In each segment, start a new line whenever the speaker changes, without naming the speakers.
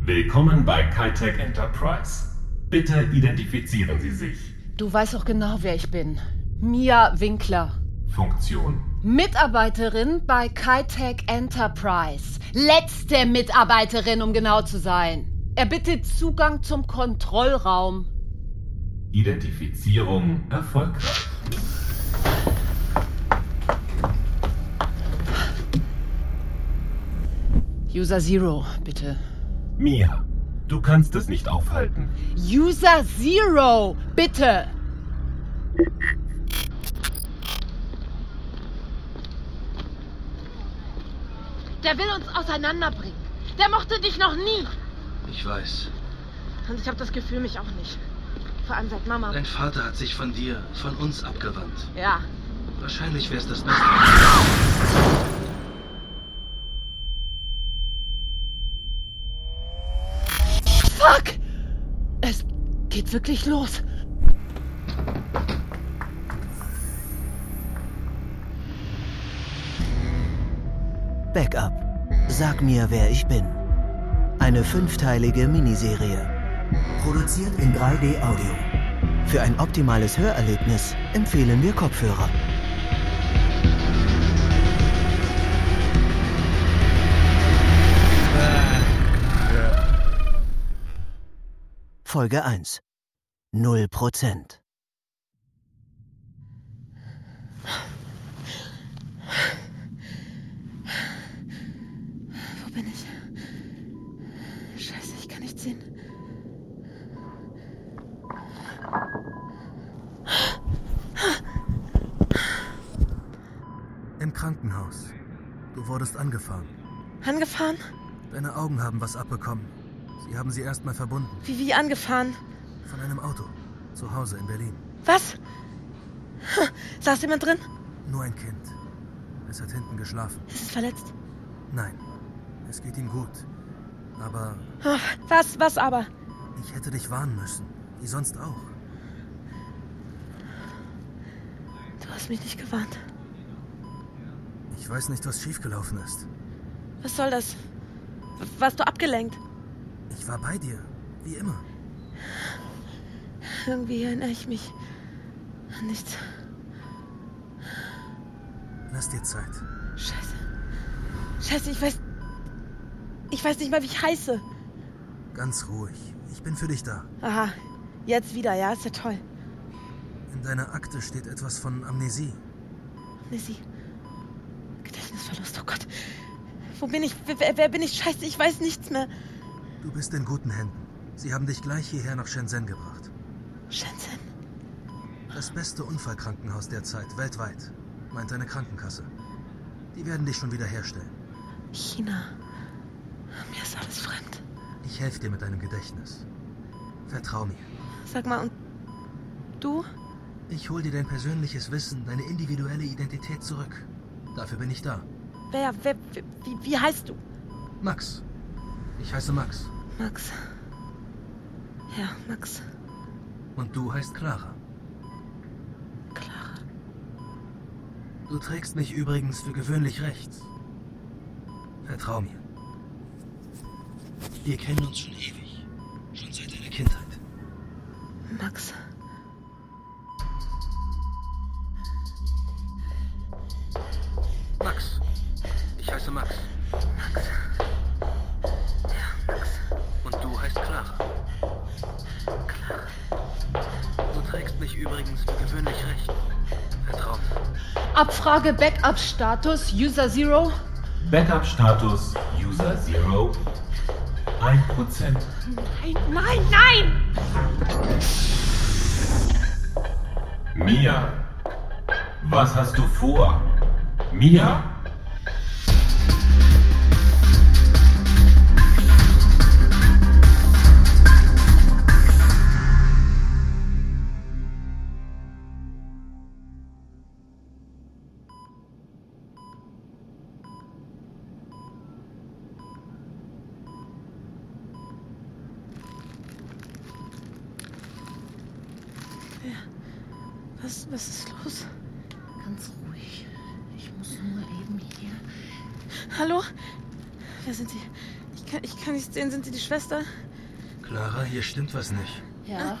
Willkommen bei Kitech Enterprise. Bitte identifizieren Sie sich.
Du weißt auch genau, wer ich bin. Mia Winkler,
Funktion.
Mitarbeiterin bei Kitech Enterprise. Letzte Mitarbeiterin, um genau zu sein. Er bittet Zugang zum Kontrollraum.
Identifizierung erfolgreich.
User Zero, bitte.
Mia, du kannst es nicht aufhalten.
User Zero, bitte.
Der will uns auseinanderbringen. Der mochte dich noch nie.
Ich weiß.
Und ich habe das Gefühl, mich auch nicht. Vor allem seit Mama.
Dein Vater hat sich von dir, von uns abgewandt.
Ja.
Wahrscheinlich wär's das Beste.
Fuck! Es geht wirklich los.
Backup. Sag mir, wer ich bin. Eine fünfteilige Miniserie. Produziert in 3D Audio. Für ein optimales Hörerlebnis empfehlen wir Kopfhörer. Folge 1. 0%.
Wo bin ich? Scheiße, ich kann nicht sehen.
Im Krankenhaus. Du wurdest angefahren.
Angefahren?
Deine Augen haben was abbekommen. Sie haben sie erstmal verbunden.
Wie wie angefahren?
Von einem Auto. Zu Hause in Berlin.
Was? Saß jemand drin?
Nur ein Kind. Es hat hinten geschlafen.
Ist es verletzt?
Nein, es geht ihm gut. Aber
Ah, Was, was aber?
ich hätte dich warnen müssen. Wie sonst auch.
Du hast mich nicht gewarnt.
Ich weiß nicht, was schiefgelaufen ist.
Was soll das? W- Warst du abgelenkt?
Ich war bei dir. Wie immer.
Irgendwie erinnere ich mich an nichts.
Lass dir Zeit.
Scheiße. Scheiße, ich weiß. Ich weiß nicht mal, wie ich heiße.
Ganz ruhig. Ich bin für dich da.
Aha, jetzt wieder, ja, ist ja toll.
In deiner Akte steht etwas von Amnesie.
Missy. Gedächtnisverlust, oh Gott. Wo bin ich? Wer- Wer, wer bin ich? Scheiße, ich weiß nichts mehr.
Du bist in guten Händen. Sie haben dich gleich hierher nach Shenzhen gebracht.
Shenzhen.
Das beste Unfallkrankenhaus derzeit, weltweit, meint eine Krankenkasse. Die werden dich schon wieder herstellen.
China. Mir ist alles fremd.
Ich helfe dir mit deinem Gedächtnis. Vertrau mir.
Sag mal, und du?
Ich hol dir dein persönliches Wissen, deine individuelle Identität zurück. Dafür bin ich da.
Wer, wer, wer wie, wie heißt du?
Max. Ich heiße Max.
Max. Ja, Max.
Und du heißt Clara.
Clara.
Du trägst mich übrigens für gewöhnlich rechts. Vertrau mir. Wir kennen uns schon ewig. Schon seit deiner Kindheit.
Max.
Max. Ich heiße Max. Max. Ja, Max. Und du heißt Clara. Clara. Du trägst mich übrigens für gewöhnlich recht. Vertrau mir.
Abfrage Backup-Status User Zero.
Backup-Status User Zero. 1%.
Nein, nein!
Mia, was hast du vor? Mia?
Was, was ist los?
Ganz ruhig. Ich muss nur eben hier.
Hallo? Wer sind Sie? Ich, kann, ich kann nicht sehen, sind Sie die Schwester?
Clara, hier stimmt was nicht.
Ja.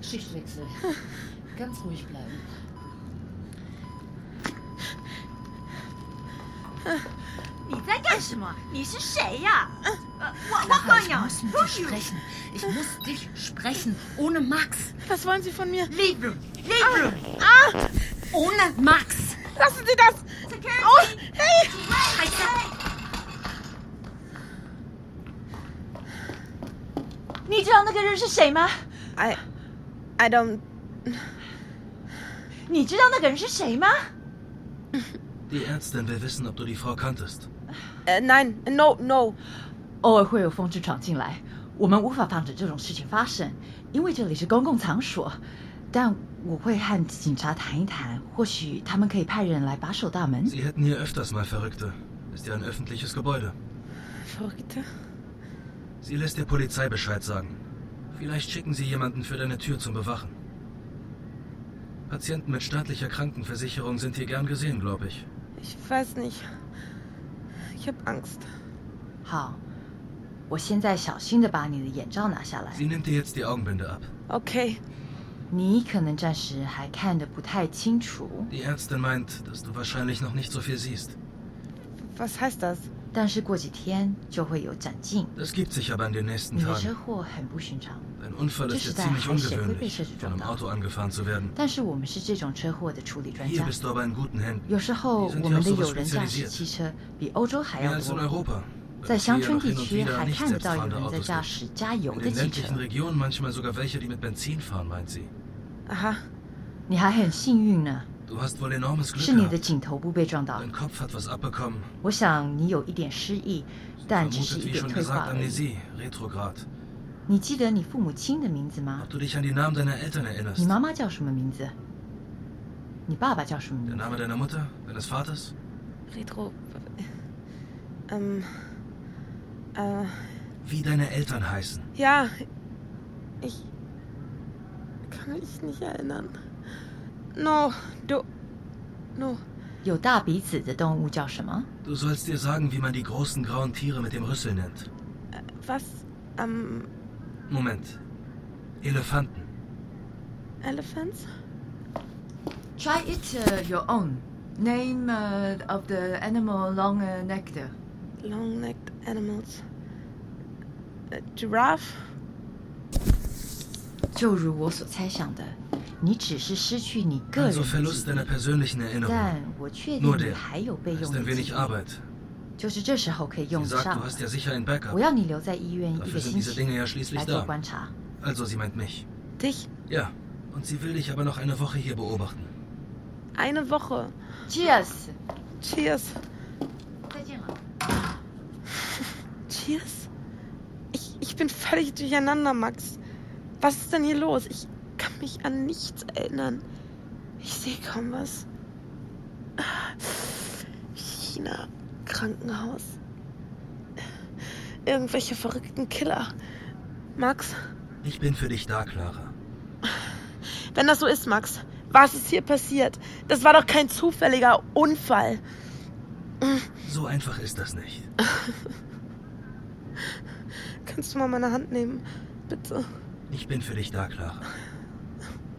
Schichtwechsel. Ganz ruhig bleiben.
你在干什么？你是谁呀、呃我我放鸟
Ich muss mit dir sprechen. Ich muss dich sprechen. Ohne Max.
Was wollen Sie von mir? Ah,
Lebe. Lebe. Ohne Max.
Lassen Sie das! Au! Hey!
Scheiße.
你知道那个人是谁吗？
I, I don't.
你知道那个人是谁吗？
Die Ärztin will wissen, ob du die Frau kanntest.
Äh, nein, no, no.
偶尔会有风之闯进来，我们无法防止这种事情发生，因为这里是公共场所。但我会和警察谈一谈，或许他们可以派人来把守大门。
Sie hätten hier öfters mal Verrückte. Ist ja ein öffentliches Gebäude.
Verrückte?
Sie lässt der Polizei Bescheid sagen. Vielleicht schicken sie jemanden für deine Tür zum Bewachen. Patienten mit staatlicher Krankenversicherung sind hier gern gesehen, glaube ich.
Ich weiß nicht. Ich hab Angst.
好，我现在小心的把你的眼罩拿下来。
Sie nimmt dir jetzt die Augenbinde ab.
Okay.
你可能暂时还看得不太清楚，
Die Ärztin meint, dass du wahrscheinlich noch nicht so viel siehst.
Was heißt das?
但是过几天就会有展镜。
Das gibt sich aber in den nächsten
你的车
Tagen.
祸很不寻常，
Dein Unfall ist
Tschüss,
ja
da
ziemlich
hast du
ungewöhnlich,
wirklich
von einem
verdammt.
Auto angefahren zu werden.
但是我们是这种车祸的处理专
Hier
家。
bist du aber in guten Händen.
有时候
Die sind
我
ja
们
auf
的
sowas
友人驾驶
spezialisiert.
汽车比欧洲还
Mehr
要
als in
多。
Europa. weil
在
es hier
乡
ja
村
noch
地
hin und
区
wieder
还
nicht
看得到有
selbstfahrende
人在
Autos
驾
gibt.
驶加油
In
的
den
汽车，
ländlichen Regionen manchmal sogar welche, die mit Benzin fahren, meint sie.
Aha.
你还很幸运呢，
Du hast wohl enormes Glück
是你的
gehabt.
颈头部被撞到。
Dein Kopf hat was abbekommen.
我想你有一点失忆，但只是
Vermutet,
一
wie
点
schon
退
gesagt,
化而已。
Amnesie, Retrograd.
你记得你父母亲的名字吗？
Ob du dich an die Namen deiner Eltern erinnerst?
你妈妈叫什么名字？你爸爸叫什么
Der
名字？
Name deiner Mutter? Deines Vaters?
Retro. Ähm. Äh.
Wie deine Eltern heißen.
Ja. Ich. Kann mich nicht erinnern. No. Du. No.
有大鼻子的动物叫什么？
Du sollst dir sagen, wie man die großen grauen Tiere mit dem Rüssel nennt.
Was? Ähm.
Moment. Elefanten.
Elephants?
Try it uh, your own.
Name of the animal long necked.
Long-necked animals. Äh, giraffe?
就如我所猜想的，你只是失去你个人
Also
的
Verlust
记
deiner
忆，
persönlichen Erinnerung.
但我确
Nur
定你
der.
还有备
Da
用
Ist
的
ein
记
wenig
忆
Arbeit.
就是这时候可以用
Sie
得
sagt,
上
du
了
hast ja sicher ein
我
Backup.
要你留在医院一
Dafür
个
sind
星
diese
期
Dinge ja schließlich
来做
da.
观察。
Also sie meint mich.
Dich?
Ja. Und sie will dich aber noch eine Woche hier beobachten.
Eine Woche.
Cheers!
Cheers.
再见了。
Cheers? Ich, ich bin völlig durcheinander, Max. Was ist denn hier los? Ich kann mich an nichts erinnern. Ich sehe kaum was. China, Krankenhaus. Irgendwelche verrückten Killer. Max,
Ich bin für dich da, Clara.
wenn das so ist, Max, was ist hier passiert? Das war doch kein zufälliger Unfall.
So einfach ist das nicht.
Kannst du mal meine Hand nehmen? Bitte.
Ich bin für dich da, Clara.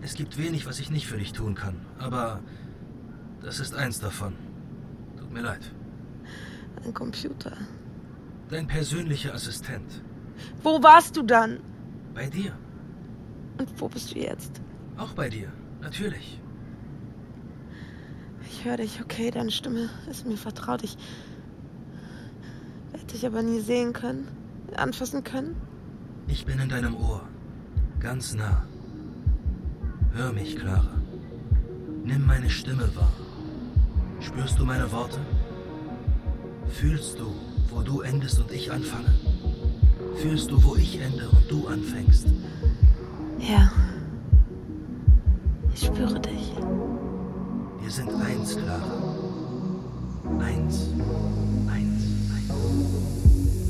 Es gibt wenig, was ich nicht für dich tun kann. Aber das ist eins davon. Tut mir leid.
Ein Computer.
Dein persönlicher Assistent.
Wo warst du dann?
Bei dir.
Und wo bist du jetzt?
Auch bei dir. Natürlich.
Ich höre dich, okay, deine Stimme ist mir vertraut. Ich werde dich aber nie sehen können, anfassen können.
Ich bin in deinem Ohr. Ganz nah. Hör mich, Clara. Nimm meine Stimme wahr. Spürst du meine Worte? Fühlst du, wo du endest und ich anfange? Fühlst du, wo ich ende und du anfängst?
Ja. Ich spüre dich.
Wir sind eins, Clara. Eins. Eins. Eins.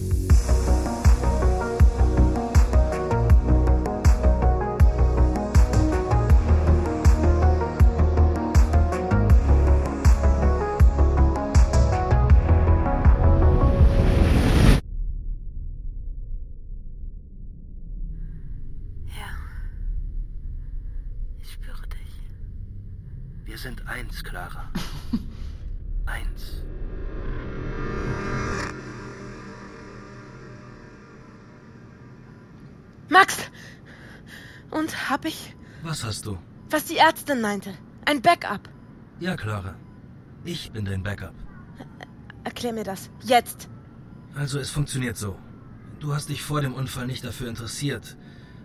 sind eins, Clara. eins.
Max! Und hab ich,
Was hast du?
was die Ärztin meinte. Ein Backup.
Ja, Clara. Ich bin dein Backup.
Erklär mir das. Jetzt.
Also es funktioniert so. Du hast dich vor dem Unfall nicht dafür interessiert,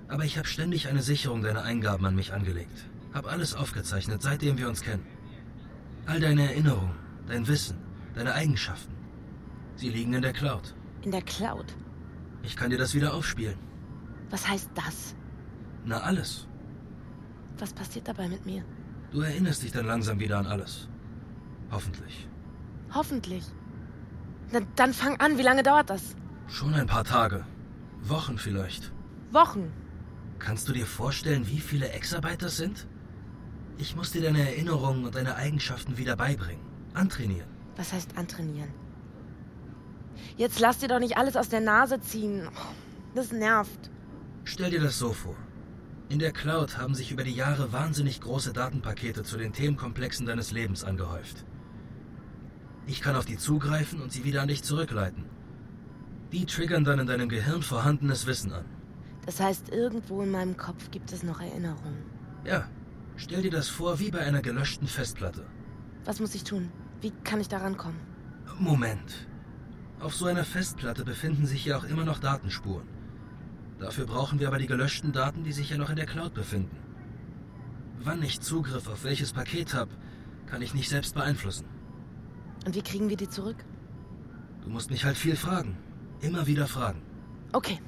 aber ich habe ständig eine Sicherung deiner Eingaben an mich angelegt. Hab alles aufgezeichnet, seitdem wir uns kennen. All deine Erinnerungen, dein Wissen, deine Eigenschaften. Sie liegen in der Cloud.
In der Cloud.
Ich kann dir das wieder aufspielen.
Was heißt das?
Na alles.
Was passiert dabei mit mir?
Du erinnerst dich dann langsam wieder an alles. Hoffentlich.
Hoffentlich. Na, dann fang an. Wie lange dauert das?
Schon ein paar Tage. Wochen vielleicht.
Wochen.
Kannst du dir vorstellen, wie viele Exabyte das sind? Ich muss dir deine Erinnerungen und deine Eigenschaften wieder beibringen. Antrainieren.
Was heißt antrainieren? Jetzt lass dir doch nicht alles aus der Nase ziehen. Oh, Das nervt.
Stell dir das so vor. In der Cloud haben sich über die Jahre wahnsinnig große Datenpakete zu den Themenkomplexen deines Lebens angehäuft. Ich kann auf die zugreifen und sie wieder an dich zurückleiten. Die triggern dann in deinem Gehirn vorhandenes Wissen an.
Das heißt, irgendwo in meinem Kopf gibt es noch Erinnerungen.
Ja, stell dir das vor wie bei einer gelöschten Festplatte.
Was muss ich tun? Wie kann ich daran kommen?
Moment. Auf so einer Festplatte befinden sich ja auch immer noch Datenspuren. Dafür brauchen wir aber die gelöschten Daten, die sich ja noch in der Cloud befinden. Wann ich Zugriff auf welches Paket habe, kann ich nicht selbst beeinflussen.
Und wie kriegen wir die zurück?
Du musst mich halt viel fragen. Immer wieder fragen.
Okay.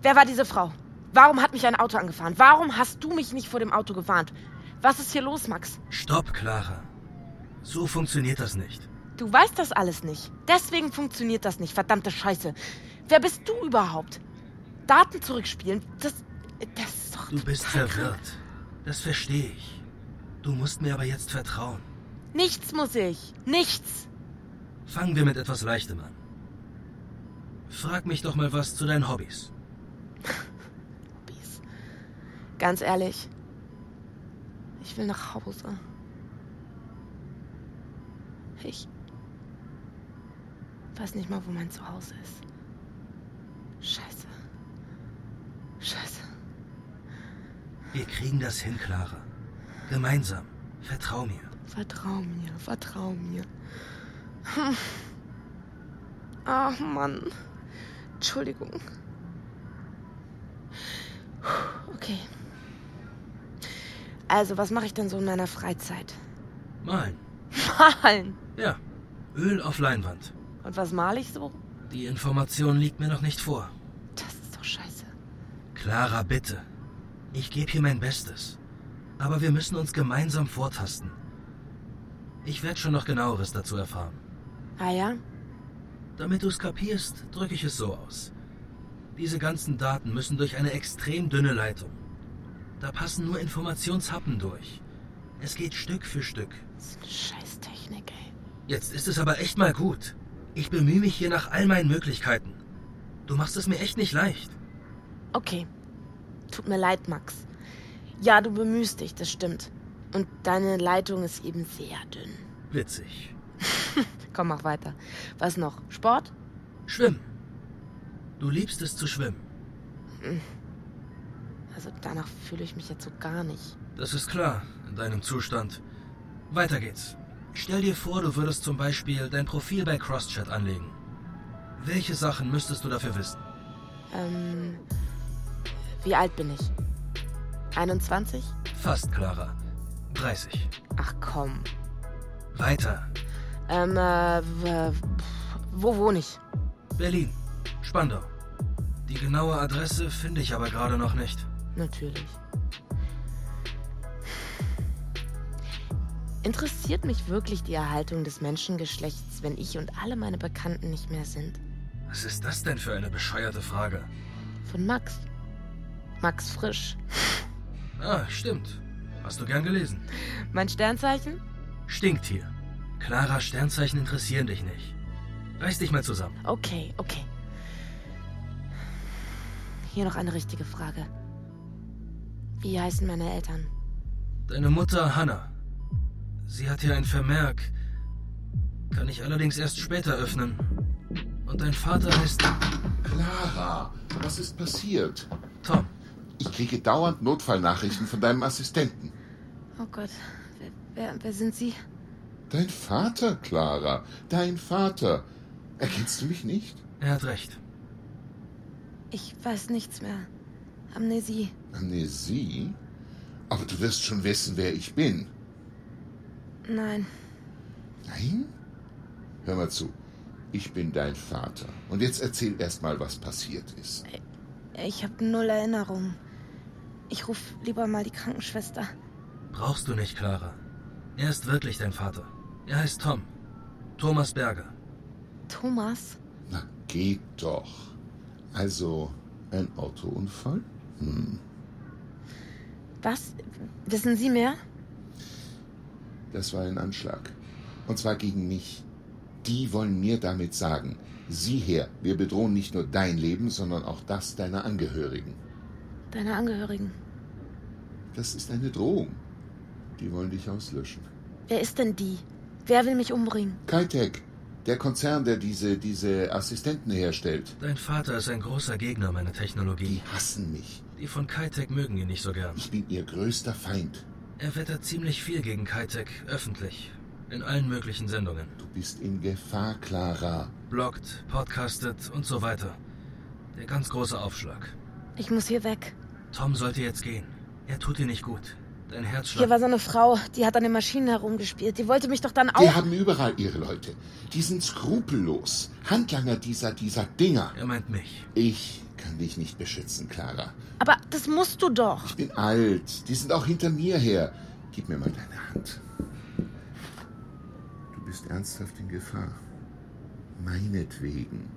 Wer war diese Frau? Warum hat mich ein Auto angefahren? Warum hast du mich nicht vor dem Auto gewarnt? Was ist hier los, Max?
Stopp, Clara. So funktioniert das nicht.
Du weißt das alles nicht. Deswegen funktioniert das nicht. Verdammte Scheiße. Wer bist du überhaupt? Daten zurückspielen, das, das ist doch.
Du bist
total krank.
verwirrt. Das verstehe ich. Du musst mir aber jetzt vertrauen.
Nichts muss ich. Nichts.
Fangen wir mit etwas Leichtem an. Frag mich doch mal was zu deinen Hobbys.
Bies. Ganz ehrlich. Ich will nach Hause. Ich weiß nicht mal, wo mein Zuhause ist. Scheiße. Scheiße.
Wir kriegen das hin, Clara. Gemeinsam. Vertrau mir.
Vertrau mir, vertrau mir. Hm. Ach Mann. Entschuldigung. Puh, Okay. Also, was mache ich denn so in meiner Freizeit?
Malen.
Malen.
Ja. Öl auf Leinwand.
Und was male ich so?
Die Information liegt mir noch nicht vor.
Das ist doch scheiße.
Clara, bitte. Ich gebe hier mein Bestes. Aber wir müssen uns gemeinsam vortasten. Ich werde schon noch genaueres dazu erfahren.
Ah ja?
Damit du es kapierst, drücke ich es so aus. Diese ganzen Daten müssen durch eine extrem dünne Leitung. Da passen nur Informationshappen durch. Es geht Stück für Stück.
Das ist eine scheiß Technik, ey.
Jetzt ist es aber echt mal gut. Ich bemühe mich hier nach all meinen Möglichkeiten. Du machst es mir echt nicht leicht.
Okay. Tut mir leid, Max. Ja, du bemühst dich, das stimmt. Und deine Leitung ist eben sehr dünn.
Witzig.
Komm, mach weiter. Was noch? Sport?
Schwimmen. Du liebst es zu schwimmen.
Also danach fühle ich mich jetzt so gar nicht.
Das ist klar, in deinem Zustand. Weiter geht's. Stell dir vor, du würdest zum Beispiel dein Profil bei Crosschat anlegen. Welche Sachen müsstest du dafür wissen?
Ähm, wie alt bin ich? 21?
Fast, Clara. 30.
Ach komm.
Weiter.
Ähm, äh, w- pf, wo wohne ich?
Berlin. Spandau. Die genaue Adresse finde ich aber gerade noch nicht.
Natürlich. Interessiert mich wirklich die Erhaltung des Menschengeschlechts, wenn ich und alle meine Bekannten nicht mehr sind?
Was ist das denn für eine bescheuerte Frage?
Von Max. Max Frisch.
Ah, stimmt. Hast du gern gelesen.
Mein Sternzeichen?
Stinktier. Clara, Sternzeichen interessieren dich nicht. Reiß dich mal zusammen.
Okay, okay. Hier noch eine richtige Frage. Wie heißen meine Eltern?
Deine Mutter Hannah Sie hat hier ein Vermerk. Kann ich allerdings erst später öffnen. Und dein Vater heißt
Clara, was ist passiert?
Tom.
Ich kriege dauernd Notfallnachrichten von deinem Assistenten.
Oh Gott, wer, wer, wer sind Sie?
Dein Vater, Clara, dein Vater. Erkennst du mich nicht?
Er hat recht.
Ich weiß nichts mehr. Amnesie.
Amnesie? Aber du wirst schon wissen, wer ich bin.
Nein.
Nein? Hör mal zu. Ich bin dein Vater. Und jetzt erzähl erst mal, was passiert ist.
Ich habe null Erinnerung. Ich ruf lieber mal die Krankenschwester.
Brauchst du nicht, Clara. Er ist wirklich dein Vater. Er heißt Tom. Thomas Berger.
Thomas?
Na, geht doch. Also, ein Autounfall? Hm.
Was? Wissen Sie mehr?
Das war ein Anschlag. Und zwar gegen mich. Die wollen mir damit sagen, sieh her, wir bedrohen nicht nur dein Leben, sondern auch das deiner Angehörigen.
Deine Angehörigen.
Das ist eine Drohung. Die wollen dich auslöschen.
Wer ist denn die? Wer will mich umbringen?
Kitec, der Konzern, der diese, diese Assistenten herstellt,
Dein Vater ist ein großer Gegner meiner
die
Technologie.
hassen mich.
Die von Kitec mögen ihn nicht so gern.
Ich bin ihr größter Feind.
Er wettert ziemlich viel gegen Kitec, öffentlich. In allen möglichen Sendungen.
Du bist in Gefahr, Clara.
Bloggt, podcastet und so weiter. Der ganz große Aufschlag.
Ich muss hier weg.
Tom sollte jetzt gehen. Er tut dir nicht gut. Dein
Hier war
Herzschlag.
so eine Frau, die hat an den Maschinen herumgespielt. Die wollte mich doch dann
Die
auch.
haben überall ihre Leute. Die sind skrupellos. Handlanger dieser, dieser Dinger.
Er meint mich.
Ich kann dich nicht beschützen, Clara.
Aber das musst du doch.
Ich bin alt. Die sind auch hinter mir her. Gib mir mal deine Hand. Du bist ernsthaft in Gefahr. Meinetwegen.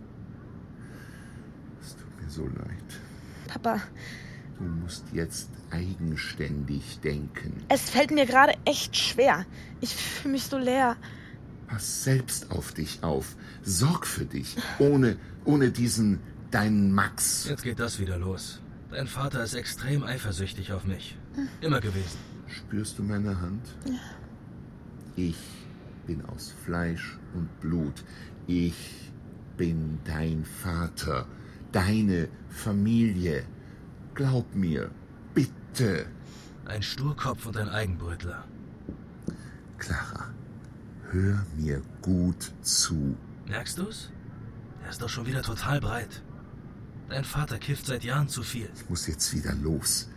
Es tut mir so leid.
Papa,
Du musst jetzt eigenständig denken.
es fällt mir gerade echt schwer. Ich fühle mich so leer.
Pass selbst auf dich auf. Sorg für dich. Ohne, ohne diesen, deinen Max.
Jetzt geht das wieder los. Dein Vater ist extrem eifersüchtig auf mich. Immer gewesen.
Spürst du meine Hand? Ich bin aus Fleisch und Blut. Ich bin dein Vater, deine Familie. Glaub mir, bitte.
Ein Sturkopf und ein Eigenbrötler.
Clara, hör mir gut zu.
Merkst du's? Er ist doch schon wieder total breit. Dein Vater kifft seit Jahren zu viel.
Ich muss jetzt wieder los.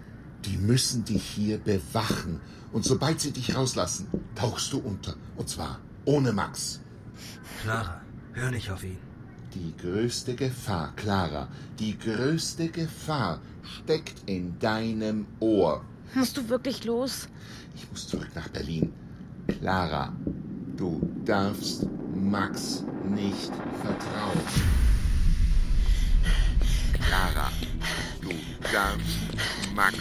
Die müssen dich hier bewachen. Und sobald sie dich rauslassen, tauchst du unter. Und zwar ohne Max.
Clara, hör nicht auf ihn.
Die größte Gefahr, Clara, die größte Gefahr steckt in deinem Ohr.
Musst du wirklich los?
Ich muss zurück nach Berlin. Clara, du darfst Max nicht vertrauen. Clara, du darfst Max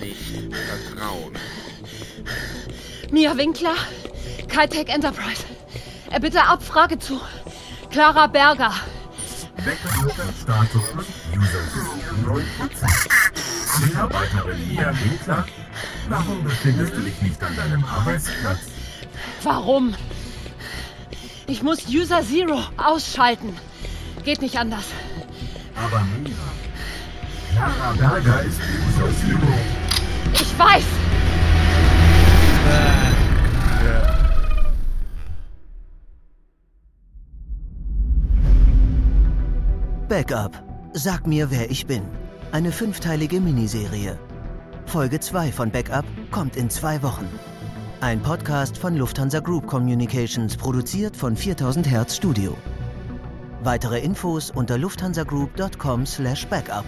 nicht vertrauen.
Mia Winkler, Kitec Enterprise. Erbitte Abfrage zu Clara Berger.
Weckermutter Status User 0%. Mitarbeiterin Mia Winkler, warum befindest du dich nicht an deinem Arbeitsplatz?
Warum? Ich muss User Zero ausschalten. Geht nicht anders.
Aber Mia, Clara Berger ist User Zero.
Ich weiß.
Backup. Sag mir, wer ich bin. Eine fünfteilige Miniserie. Folge 2 von Backup kommt in zwei Wochen. Ein Podcast von Lufthansa Group Communications, produziert von 4000 Hertz Studio. Weitere Infos unter lufthansagroup.com/backup.